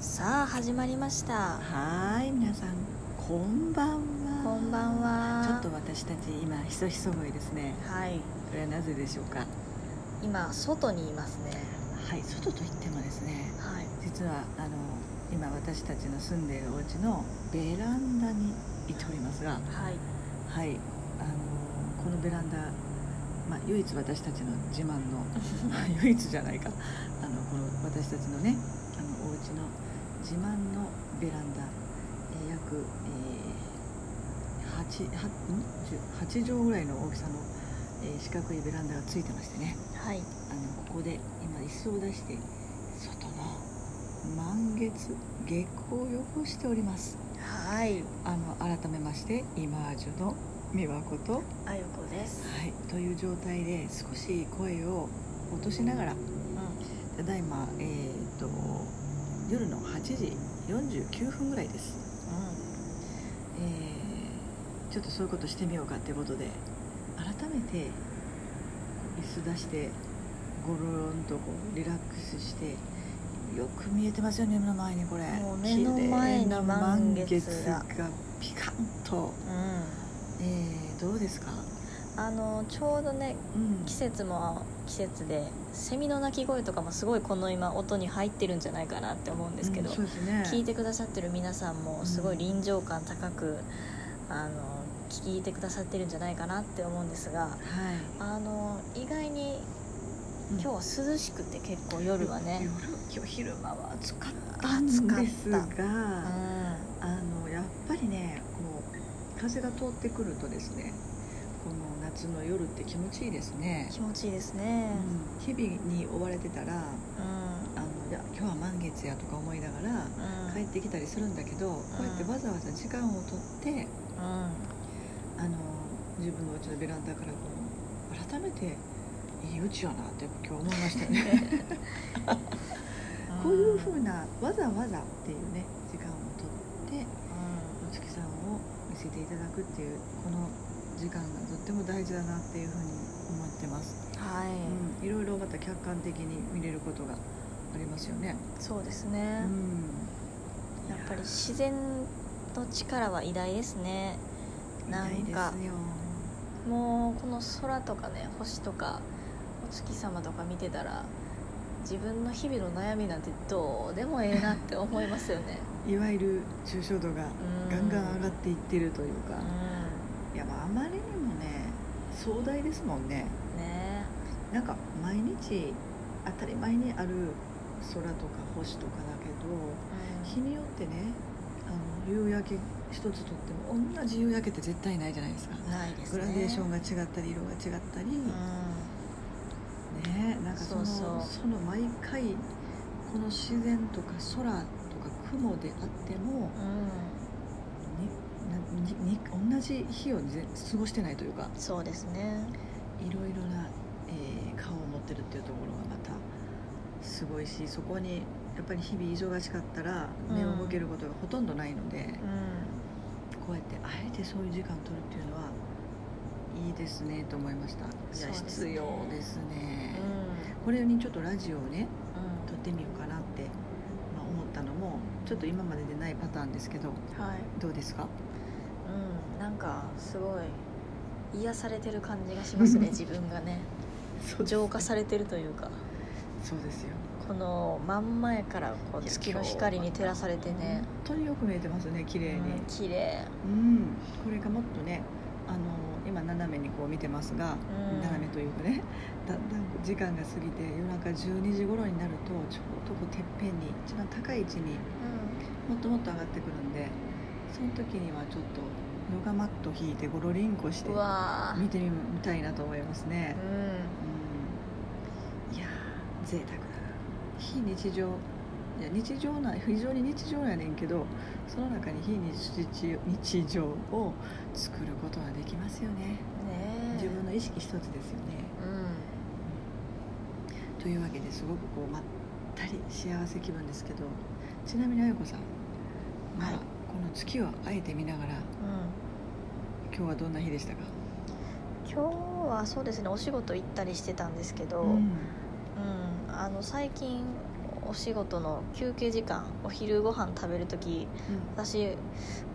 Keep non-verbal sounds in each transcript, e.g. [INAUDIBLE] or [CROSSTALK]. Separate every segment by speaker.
Speaker 1: さあ始まりました
Speaker 2: はーい皆さんこんばんは
Speaker 1: こんばんは
Speaker 2: ちょっと私たち今ひそひそ声ですね
Speaker 1: はい
Speaker 2: これはなぜでしょうかは
Speaker 1: 今外にいますね
Speaker 2: い外といってもですね
Speaker 1: はい
Speaker 2: 実はあの今私たちの住んでいるお家のベランダにいておりますが
Speaker 1: はい
Speaker 2: はいあのこのベランダまあ、唯一私たちの自慢の唯一じゃないかあのこの私たちのねあのお家の自慢のベランダ、えー約、えー、8, はん10 8畳ぐらいの大きさの、えー四角いベランダがついてましてね
Speaker 1: はい
Speaker 2: あのここで今椅子を出して外の満月月光浴をしております
Speaker 1: はい
Speaker 2: あの改めましてイマージュの美和子と
Speaker 1: あゆこです
Speaker 2: はい、という状態で少し声を落としながら
Speaker 1: う
Speaker 2: ただいま、えー、と夜の8時49分ぐらいです、
Speaker 1: ん
Speaker 2: えーちょっとそういうことしてみようかってことで改めて椅子出してゴロロンとこうリラックスしてよく見えてますよね目の前にこれ
Speaker 1: もう目の前に
Speaker 2: 綺麗な満月
Speaker 1: 満
Speaker 2: がピカンと、
Speaker 1: うん、うん、
Speaker 2: えーどうですか、
Speaker 1: あのちょうどね
Speaker 2: うん
Speaker 1: 季節も季節でセミの鳴き声とかもすごいこの今音に入ってるんじゃないかなって思うんですけど、
Speaker 2: うんそうですね
Speaker 1: 聞いてくださってる皆さんもすごい臨場感高く、あの聞いてくださってるんじゃないかなって思うんですが
Speaker 2: はい、
Speaker 1: あの意外に今
Speaker 2: は
Speaker 1: 日は涼しくて結構夜はね、
Speaker 2: 夜今日昼間は暑かったんで
Speaker 1: 暑かった
Speaker 2: す
Speaker 1: う
Speaker 2: が、
Speaker 1: ん、
Speaker 2: あのやっぱりねこう風が通ってくるとですねこの夏の夜って気持ちいいですね、
Speaker 1: 気持ちいいですね
Speaker 2: う、ん日々に追われてたら
Speaker 1: うん
Speaker 2: あのいや今日は満月やとか思いながら
Speaker 1: うん
Speaker 2: 帰ってきたりするんだけど、こうやってわざわざ時間をとってあの自分のうちのベランダからこう改めていいうちやなって今日思いましたね。こういう風、なわざわざっていうね時間をとって
Speaker 1: う
Speaker 2: お月さんを見せていただくっていうこの時間がとっても大事だなっていう風に思ってます、
Speaker 1: ん、はい、
Speaker 2: うん、いろいろまた客観的に見れることがありますよね、
Speaker 1: そうです
Speaker 2: う
Speaker 1: ね、
Speaker 2: ん、
Speaker 1: やっぱり自然の力は偉大ですねなんか
Speaker 2: いいですよ
Speaker 1: もうこの空とかね星とかお月様とか見てたら自分の日々の悩みなんてどうでもええなって思いますよね
Speaker 2: いわゆる抽象度が
Speaker 1: うん
Speaker 2: ガンガン上がっていってると [LAUGHS] いうか、
Speaker 1: う
Speaker 2: いやまああまりにもね壮大ですもんね
Speaker 1: んね
Speaker 2: なんか毎日当たり前にある空とか星とかだけど
Speaker 1: え、
Speaker 2: 日によってねあの夕焼け一つとっても同じ夕焼けって絶対ないじゃないですか
Speaker 1: うんないです
Speaker 2: グ
Speaker 1: ね
Speaker 2: ラデーション
Speaker 1: が、
Speaker 2: が違ったり色が違ったり、
Speaker 1: うん
Speaker 2: ねなんかその
Speaker 1: そう
Speaker 2: その毎回この自然とか空とか雲であっても
Speaker 1: う
Speaker 2: になにに同じ日をぜ過ごしてないというか
Speaker 1: ん、そうですね
Speaker 2: いろいろな、えー顔を持ってるっていうところがまたすごいしそこにやっぱり日々忙しかったら目を向けることがほとんどないので。
Speaker 1: うん
Speaker 2: こうやってあえてそういう時間取るっていうのはいいですねと思いましたい
Speaker 1: そう
Speaker 2: や、
Speaker 1: ですね
Speaker 2: 必要ですね
Speaker 1: う、
Speaker 2: これにちょっとラジオを
Speaker 1: ん
Speaker 2: ね撮ってみようかなって、まあ、思ったのもちょっと今まででないパターンですけど
Speaker 1: うんはい
Speaker 2: どうですか
Speaker 1: うんなんかすごい癒されてる感じがし [LAUGHS] ますね自分がね
Speaker 2: そう
Speaker 1: 浄化されてるというか
Speaker 2: そうですよ
Speaker 1: この真ん前からこう
Speaker 2: いや
Speaker 1: 月の光に照らされてね
Speaker 2: 本当によく見えてますね綺麗に、
Speaker 1: うん綺麗
Speaker 2: うんこれがもっとねあの今斜めにこう見てますが、
Speaker 1: うん
Speaker 2: 斜めというかねだんだん時間が過ぎて夜中12時頃になるとちょうどこうてっぺんに一番高い位置にもっともっと上がってくるんでその時にはちょっとヨガマット引いてゴロリンコして
Speaker 1: うわー
Speaker 2: 見てみたいなと思いますね
Speaker 1: う、
Speaker 2: うん、いやー贅沢だな非日常いや日常な非常に日常やねんけどその中に非日日常を作ることはできますよね
Speaker 1: んねえ
Speaker 2: 自分の意識一つですよね
Speaker 1: う
Speaker 2: というわけですごくこうまったり幸せ気分ですけどちなみにあやこさん、まあ
Speaker 1: はい
Speaker 2: この月をあえて見ながら
Speaker 1: んうん
Speaker 2: 今日はどんな日でしたか、
Speaker 1: 今日はそうですねお仕事行ったりしてたんですけど、うんあの最近おお仕事の休憩時間お昼ご飯食べる時私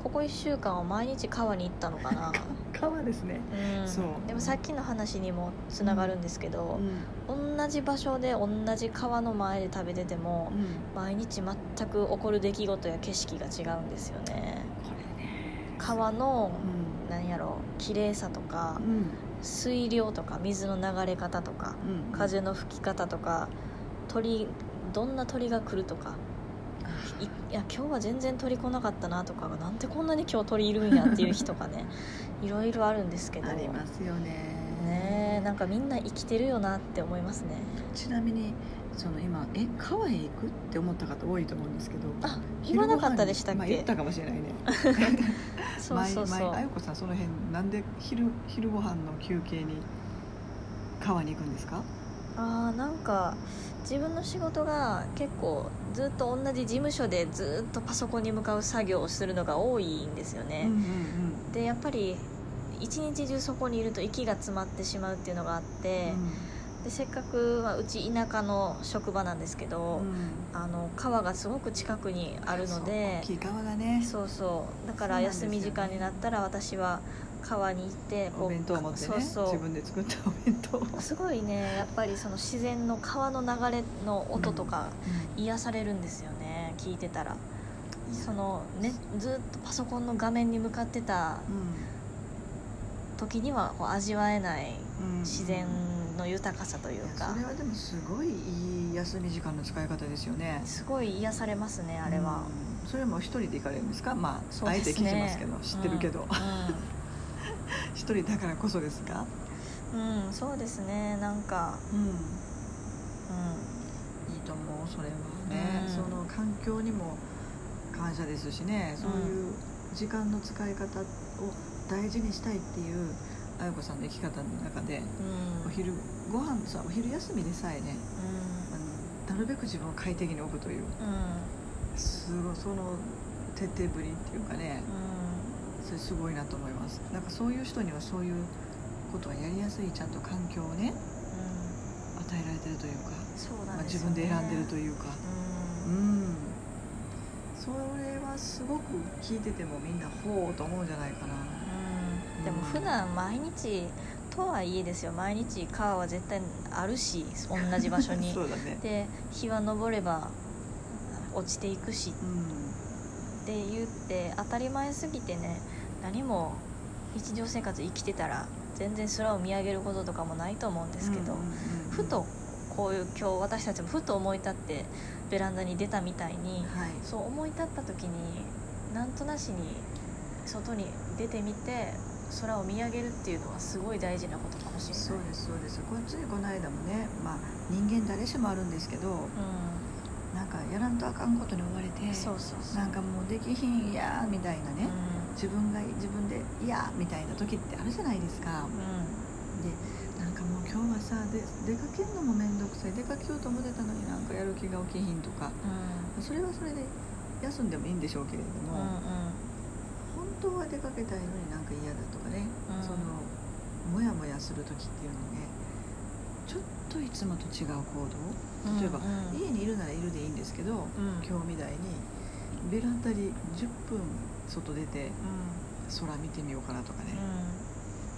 Speaker 1: ここ1週間は毎日川に行ったのかな、
Speaker 2: 川ですね、
Speaker 1: うん、
Speaker 2: そう
Speaker 1: でもさっきの話にもつながるんですけど、同じ場所で同じ川の前で食べてても毎日全く起こる出来事や景色が違うんですよね
Speaker 2: これね
Speaker 1: 川の
Speaker 2: うん
Speaker 1: 何やろ綺麗さとか水量とか水の流れ方とか
Speaker 2: うんうん
Speaker 1: 風の吹き方とか鳥どんな鳥が来るとか
Speaker 2: あ
Speaker 1: いいや今日は全然鳥来なかったなとかなんてこんなに今日鳥いるんやっていう日とか
Speaker 2: [LAUGHS]
Speaker 1: ねいろいろあるんですけど
Speaker 2: ありますよね
Speaker 1: ねえなんかみんな生きてるよなって思いますね
Speaker 2: ちなみにその今え川へ行くって思った方多いと思うんですけど
Speaker 1: あ言
Speaker 2: 昼
Speaker 1: わ
Speaker 2: ご飯
Speaker 1: なか
Speaker 2: に
Speaker 1: ったでしたっ
Speaker 2: まあ、
Speaker 1: け、
Speaker 2: 言ったかもしれないね
Speaker 1: そうそうそう
Speaker 2: 前前あやこさんその辺なんで昼昼ご飯の休憩に川に行くんですか
Speaker 1: あーなんか自分の仕事が結構ずっと同じ事務所でずっとパソコンに向かう作業をするのが多いんですよ
Speaker 2: うん
Speaker 1: ね、
Speaker 2: うん
Speaker 1: でやっぱり一日中そこにいると息が詰まってしまうっていうのがあっ
Speaker 2: うん
Speaker 1: て、でせっかく、まあ、うち田舎の職場なんですけど、
Speaker 2: うん
Speaker 1: あの川がすごく近くにあるの
Speaker 2: そう
Speaker 1: で
Speaker 2: 大きい川がね
Speaker 1: そうそうだから
Speaker 2: そうなんです
Speaker 1: 休
Speaker 2: よね
Speaker 1: み時間になったら私は川に行ってこう
Speaker 2: お弁当を持ってね
Speaker 1: そうそう
Speaker 2: 自分で作ったお弁当
Speaker 1: すごいねやっぱりその自然の川の流れの音とか癒されるんですよね聞いてたら [LAUGHS] そのねずっとパソコンの画面に向かってた時にはこう味わえない
Speaker 2: うんうん
Speaker 1: 自然の豊かさというか
Speaker 2: それはでもすごいいい休み時間の使い方ですよね
Speaker 1: すごい癒されますねあれは、
Speaker 2: うんそれも一人で行かれるんですかまあ、
Speaker 1: そう
Speaker 2: あえ
Speaker 1: で
Speaker 2: て
Speaker 1: す
Speaker 2: 聞き
Speaker 1: ね
Speaker 2: ますけど知ってるけど、
Speaker 1: う
Speaker 2: [LAUGHS] 一人だからこそですか
Speaker 1: ん、うんうんそうですねなんか
Speaker 2: うん
Speaker 1: う
Speaker 2: いいと思うそれはね、
Speaker 1: うん
Speaker 2: その環境にも感謝ですしねそういう時間の使い方を大事にしたいっていうあや子さんの生き方の中で
Speaker 1: んうん
Speaker 2: お昼ご飯さお昼休みでさえね
Speaker 1: うん
Speaker 2: あのなるべく自分を快適に置くとい
Speaker 1: う
Speaker 2: う
Speaker 1: ん
Speaker 2: すごいその徹底ぶりっていうかねそれすごいなと思いますなんかそういう人にはそういうことはやりやすいちゃんと環境を
Speaker 1: う
Speaker 2: ね
Speaker 1: ん
Speaker 2: 与えられてるというか、
Speaker 1: そうな
Speaker 2: まあ
Speaker 1: んです
Speaker 2: 自
Speaker 1: よ
Speaker 2: 分
Speaker 1: ね
Speaker 2: で選んでると
Speaker 1: う
Speaker 2: いうか、うんんそれはすごく聞いててもみんなほうと思うんじゃないかな
Speaker 1: うんでも
Speaker 2: うん
Speaker 1: 普段毎日とはいえですよ毎日川は絶対あるし同じ場所に
Speaker 2: [LAUGHS] そうだね
Speaker 1: で日は昇れば落ちていくし
Speaker 2: うん
Speaker 1: って言って当たり前すぎてね何も日常生活生きてたら全然空を見上げることとかもないと思うんですけど、
Speaker 2: うんうんうん
Speaker 1: ふとこういう今日私たちもふと思い立ってベランダに出たみたいに
Speaker 2: はい
Speaker 1: そう思い立った時になんとなしに外に出てみて空を見上げるっていうのはすごい大事なことかもしれない
Speaker 2: そうですそうですこっちにこの間もねまあ人間誰しもあるんですけどなんかやらんとあかんことに追われ
Speaker 1: う
Speaker 2: て
Speaker 1: ん、そうそうそう
Speaker 2: なんかもうできひんやーみたいなね、自分が自分で「いや」みたいな時ってあるじゃないです
Speaker 1: うん、
Speaker 2: か
Speaker 1: うん
Speaker 2: でなんかもう今日はさで出かけるのも面倒くさい出かけようと思ってたのになんかやる気が起きひんとかそれはそれで休んでもいいんでしょうけれど
Speaker 1: う
Speaker 2: も、
Speaker 1: んうん
Speaker 2: 本当は出かけたいのになんか嫌だとかね、
Speaker 1: うん
Speaker 2: そのモヤモヤする時っていうのねちょっといつもと違う行動例えば、
Speaker 1: うんうん
Speaker 2: 家にいるならいるでいいんですけど、
Speaker 1: うん
Speaker 2: 今日みたいにベランダに10分外出て空見てみようかなとかね、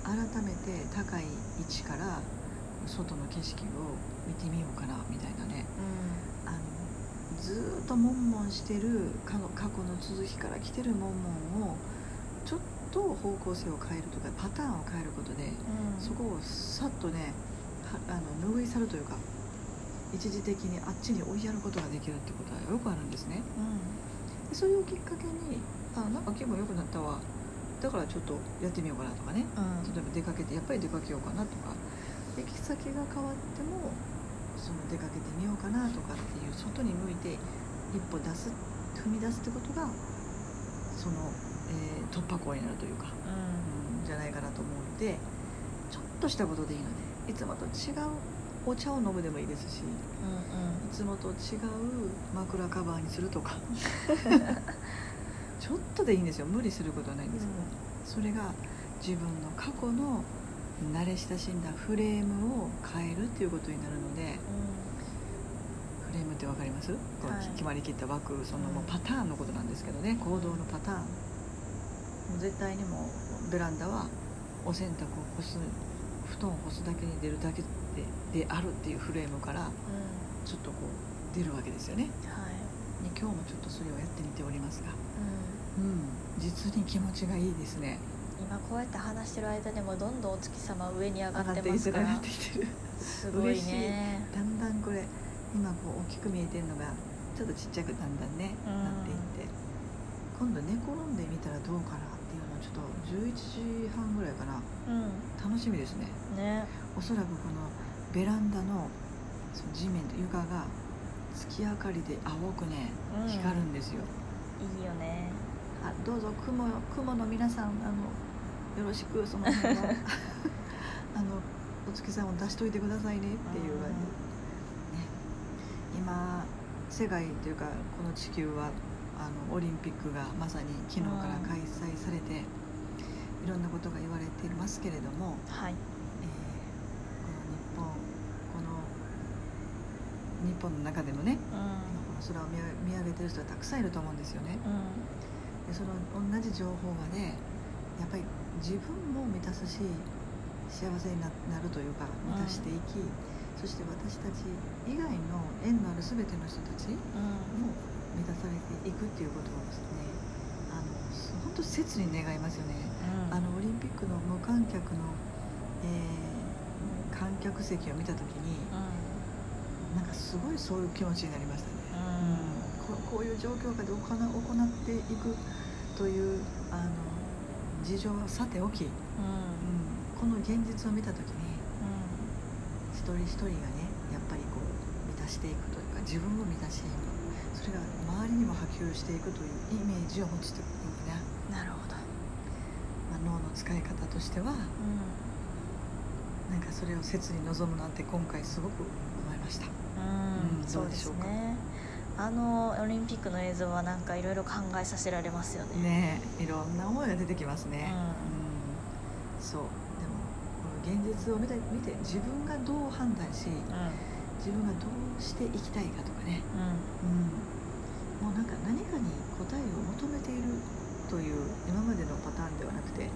Speaker 2: 改めて高い位置から外の景色を見てみようかなみたいなねあのずーっと悶々してるかの過去の続きから来てる悶々をちょっと方向性を変えるとかパターンを変えることで
Speaker 1: うんうん
Speaker 2: そこをさっとねはあの拭い去るというか一時的にあっちに追いやることができるってことはよくあるんですね
Speaker 1: う
Speaker 2: でそれをきっかけにあなんか気分良くなったわだからちょっとやってみようかなとか
Speaker 1: んう
Speaker 2: ね
Speaker 1: ん
Speaker 2: 例えば出かけてやっぱり出かけようかなとか行き先が変わってもその出かけてみようかなとかっていう外に向いて一歩出す踏み出すってことがその、えー突破口になるというか、うん、じゃないかなと思うのでちょっとしたことでいいのでいつもと違うお茶を飲むでもいいですしい
Speaker 1: うん
Speaker 2: つもと違う枕カバーにするとか [LAUGHS] ちょっとでいいんですよ無理することはないんですけど、それが自分の過去の慣れ親しんだフレームを変えるっていうことになるのでフレームってわかります、こう
Speaker 1: はい
Speaker 2: 決まりきった枠その
Speaker 1: うん
Speaker 2: もうパターンのことなんですけどね行動のパターンもう絶対にもうベランダはお洗濯を干す布団を干すだけに出るだけでであるっていうフレームから
Speaker 1: う
Speaker 2: ちょっとこう出るわけですよねね
Speaker 1: んはい
Speaker 2: 今日もちょっとそれをやってみておりますが、
Speaker 1: う
Speaker 2: うん、実に気持ちがいいですね
Speaker 1: ん、今こうやって話してる間でもどんどんお月様上に上が
Speaker 2: 上
Speaker 1: っ
Speaker 2: がってて
Speaker 1: ま
Speaker 2: い
Speaker 1: す
Speaker 2: て
Speaker 1: か
Speaker 2: る上が
Speaker 1: ら
Speaker 2: ってきてる
Speaker 1: すごい
Speaker 2: 嬉しい
Speaker 1: ね
Speaker 2: だんだんこれ今こう大きく見えてるのがちょっとちっちゃくだんだんね、
Speaker 1: うん
Speaker 2: なっていって今度寝転んでみたらどうかなっていうのはちょっと11時半ぐらいかな
Speaker 1: う
Speaker 2: 楽しみですね
Speaker 1: んね
Speaker 2: おそらくこのベランダのその地面と床が月明かりで青くね
Speaker 1: うん
Speaker 2: 光るんですよ、
Speaker 1: いいよね
Speaker 2: あどうぞ雲雲の皆さんあのよろしくその辺のあのお月さんを出しといてくださいねっていう感じ、ね、今世界というかこの地球はあのオリンピックがまさに昨日から開催されていろんなことが言われていますけれども、
Speaker 1: はい
Speaker 2: えーこの日本この日本の中でもね
Speaker 1: う
Speaker 2: こ
Speaker 1: ん
Speaker 2: の空を見上見上げてる人はたくさんいると思うんですよね。
Speaker 1: う
Speaker 2: でその同じ情報はねやっぱり自分も満たすし幸せにななるというか
Speaker 1: ん
Speaker 2: 満たしていき、そして私たち以外の縁のある全ての人たちも
Speaker 1: ん
Speaker 2: 満たされていくっていうことをですねあの本当切に願いますよね、
Speaker 1: うん
Speaker 2: あのオリンピックの無観客の、えー観客席を見た時に
Speaker 1: う
Speaker 2: なんかすごいそういう気持ちになりましたね。
Speaker 1: ん
Speaker 2: ここういう状況下で行な行っていくというあの事情はさておき、
Speaker 1: うんうん
Speaker 2: この現実を見た時に一人一人がねやっぱりこう満たしていくというか自分を満たしていくそれが周りにも波及していくというイメージを持つというかね、
Speaker 1: うんなるほど
Speaker 2: まあ、脳の使い方としては
Speaker 1: う
Speaker 2: なんかそれを切に望むなんて今回すごく思いました。
Speaker 1: ん
Speaker 2: うん
Speaker 1: そうですねあのオリンピックの映像はなんかいろいろ考えさせられますよね
Speaker 2: ねえいろんな思いが出てきますね、うんそうでもこの現実を見て見て自分がどう判断し
Speaker 1: うん
Speaker 2: 自分がどうしていきたいかとかね、
Speaker 1: う
Speaker 2: うん、もうなんか何かに答えを求めているという今までのパターンではなくて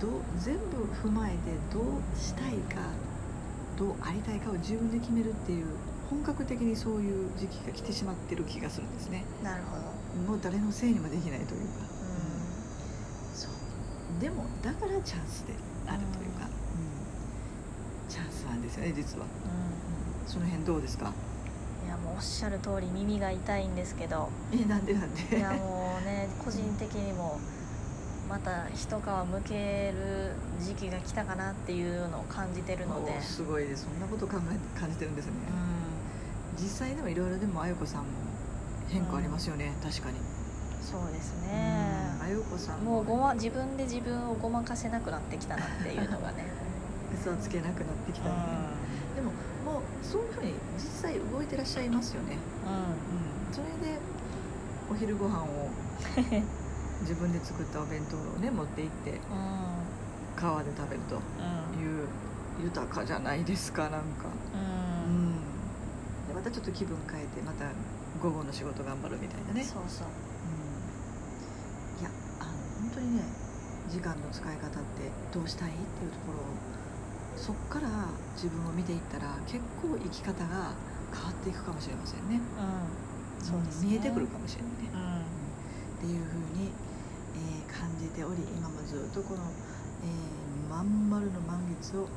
Speaker 2: どう全部踏まえてどうしたいかどうありたいかを自分で決めるっていう本格的にそういう時期が来てしまってる気がするんですね
Speaker 1: んなるほど
Speaker 2: もう誰のせいにもできないというか、うん
Speaker 1: う
Speaker 2: そうでもだからチャンスであるというか、チャンスなんですよね実は、
Speaker 1: んうん
Speaker 2: その辺どうですか
Speaker 1: いやもうおっしゃる通り耳が痛いんですけ
Speaker 2: [LAUGHS]
Speaker 1: ど
Speaker 2: えなんでなんで
Speaker 1: いやもうね個人的にもまた一皮むける時期が来たかなっていうのを感じてるので
Speaker 2: おすごいですそんなこと考え感じてるんですね、
Speaker 1: うん
Speaker 2: 実際でもいろいろでもあゆこさんも変化ありますよね、確かに、
Speaker 1: そうです
Speaker 2: うんあ
Speaker 1: ね
Speaker 2: ゆこさん
Speaker 1: もうごま自分で自分をごまかせなくなってきたなっていうのがね
Speaker 2: 嘘をつけなくなってきたよね、でももうそういうふうに実際動いてらっしゃいますよね、
Speaker 1: う
Speaker 2: うん、それでお昼ご飯を自分で作ったお弁当をね持って行って
Speaker 1: んうん
Speaker 2: 川で食べると
Speaker 1: うん
Speaker 2: いう豊かじゃないですかなんかう
Speaker 1: うん
Speaker 2: んでまたちょっと気分変えてまた午後の仕事頑張るみたいなね
Speaker 1: そうそう
Speaker 2: うんいやあの本当にね時間の使い方ってどうしたいっていうところをそっから自分を見ていったら結構生き方が変わっていくかもしれませんね
Speaker 1: うんそうですね
Speaker 2: 見えてくるかもしれないね
Speaker 1: うん
Speaker 2: っていうふうに、えー感じており今もずっとこの、えーまん丸の満月を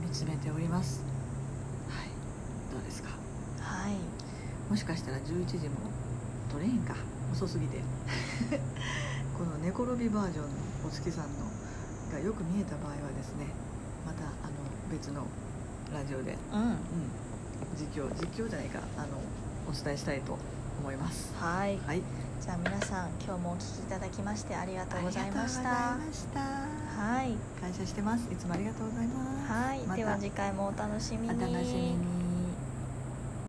Speaker 2: 見つめておりますはいどうですか
Speaker 1: はい
Speaker 2: もしかしたら11時も取れへんか遅すぎて [LAUGHS] この寝転びバージョンのお月さんのがよく見えた場合はですねまたあの別のラジオで、
Speaker 1: うん
Speaker 2: うん、実況実況じゃないかあのお伝えしたいと思います
Speaker 1: はい
Speaker 2: はい
Speaker 1: じゃあ皆さん今日もお聞きいただきましてありがとうございました
Speaker 2: ありがとうございました
Speaker 1: はい
Speaker 2: 感謝してますいつもありがとうございます
Speaker 1: はい、
Speaker 2: また
Speaker 1: では次回もお楽しみ
Speaker 2: お楽しみに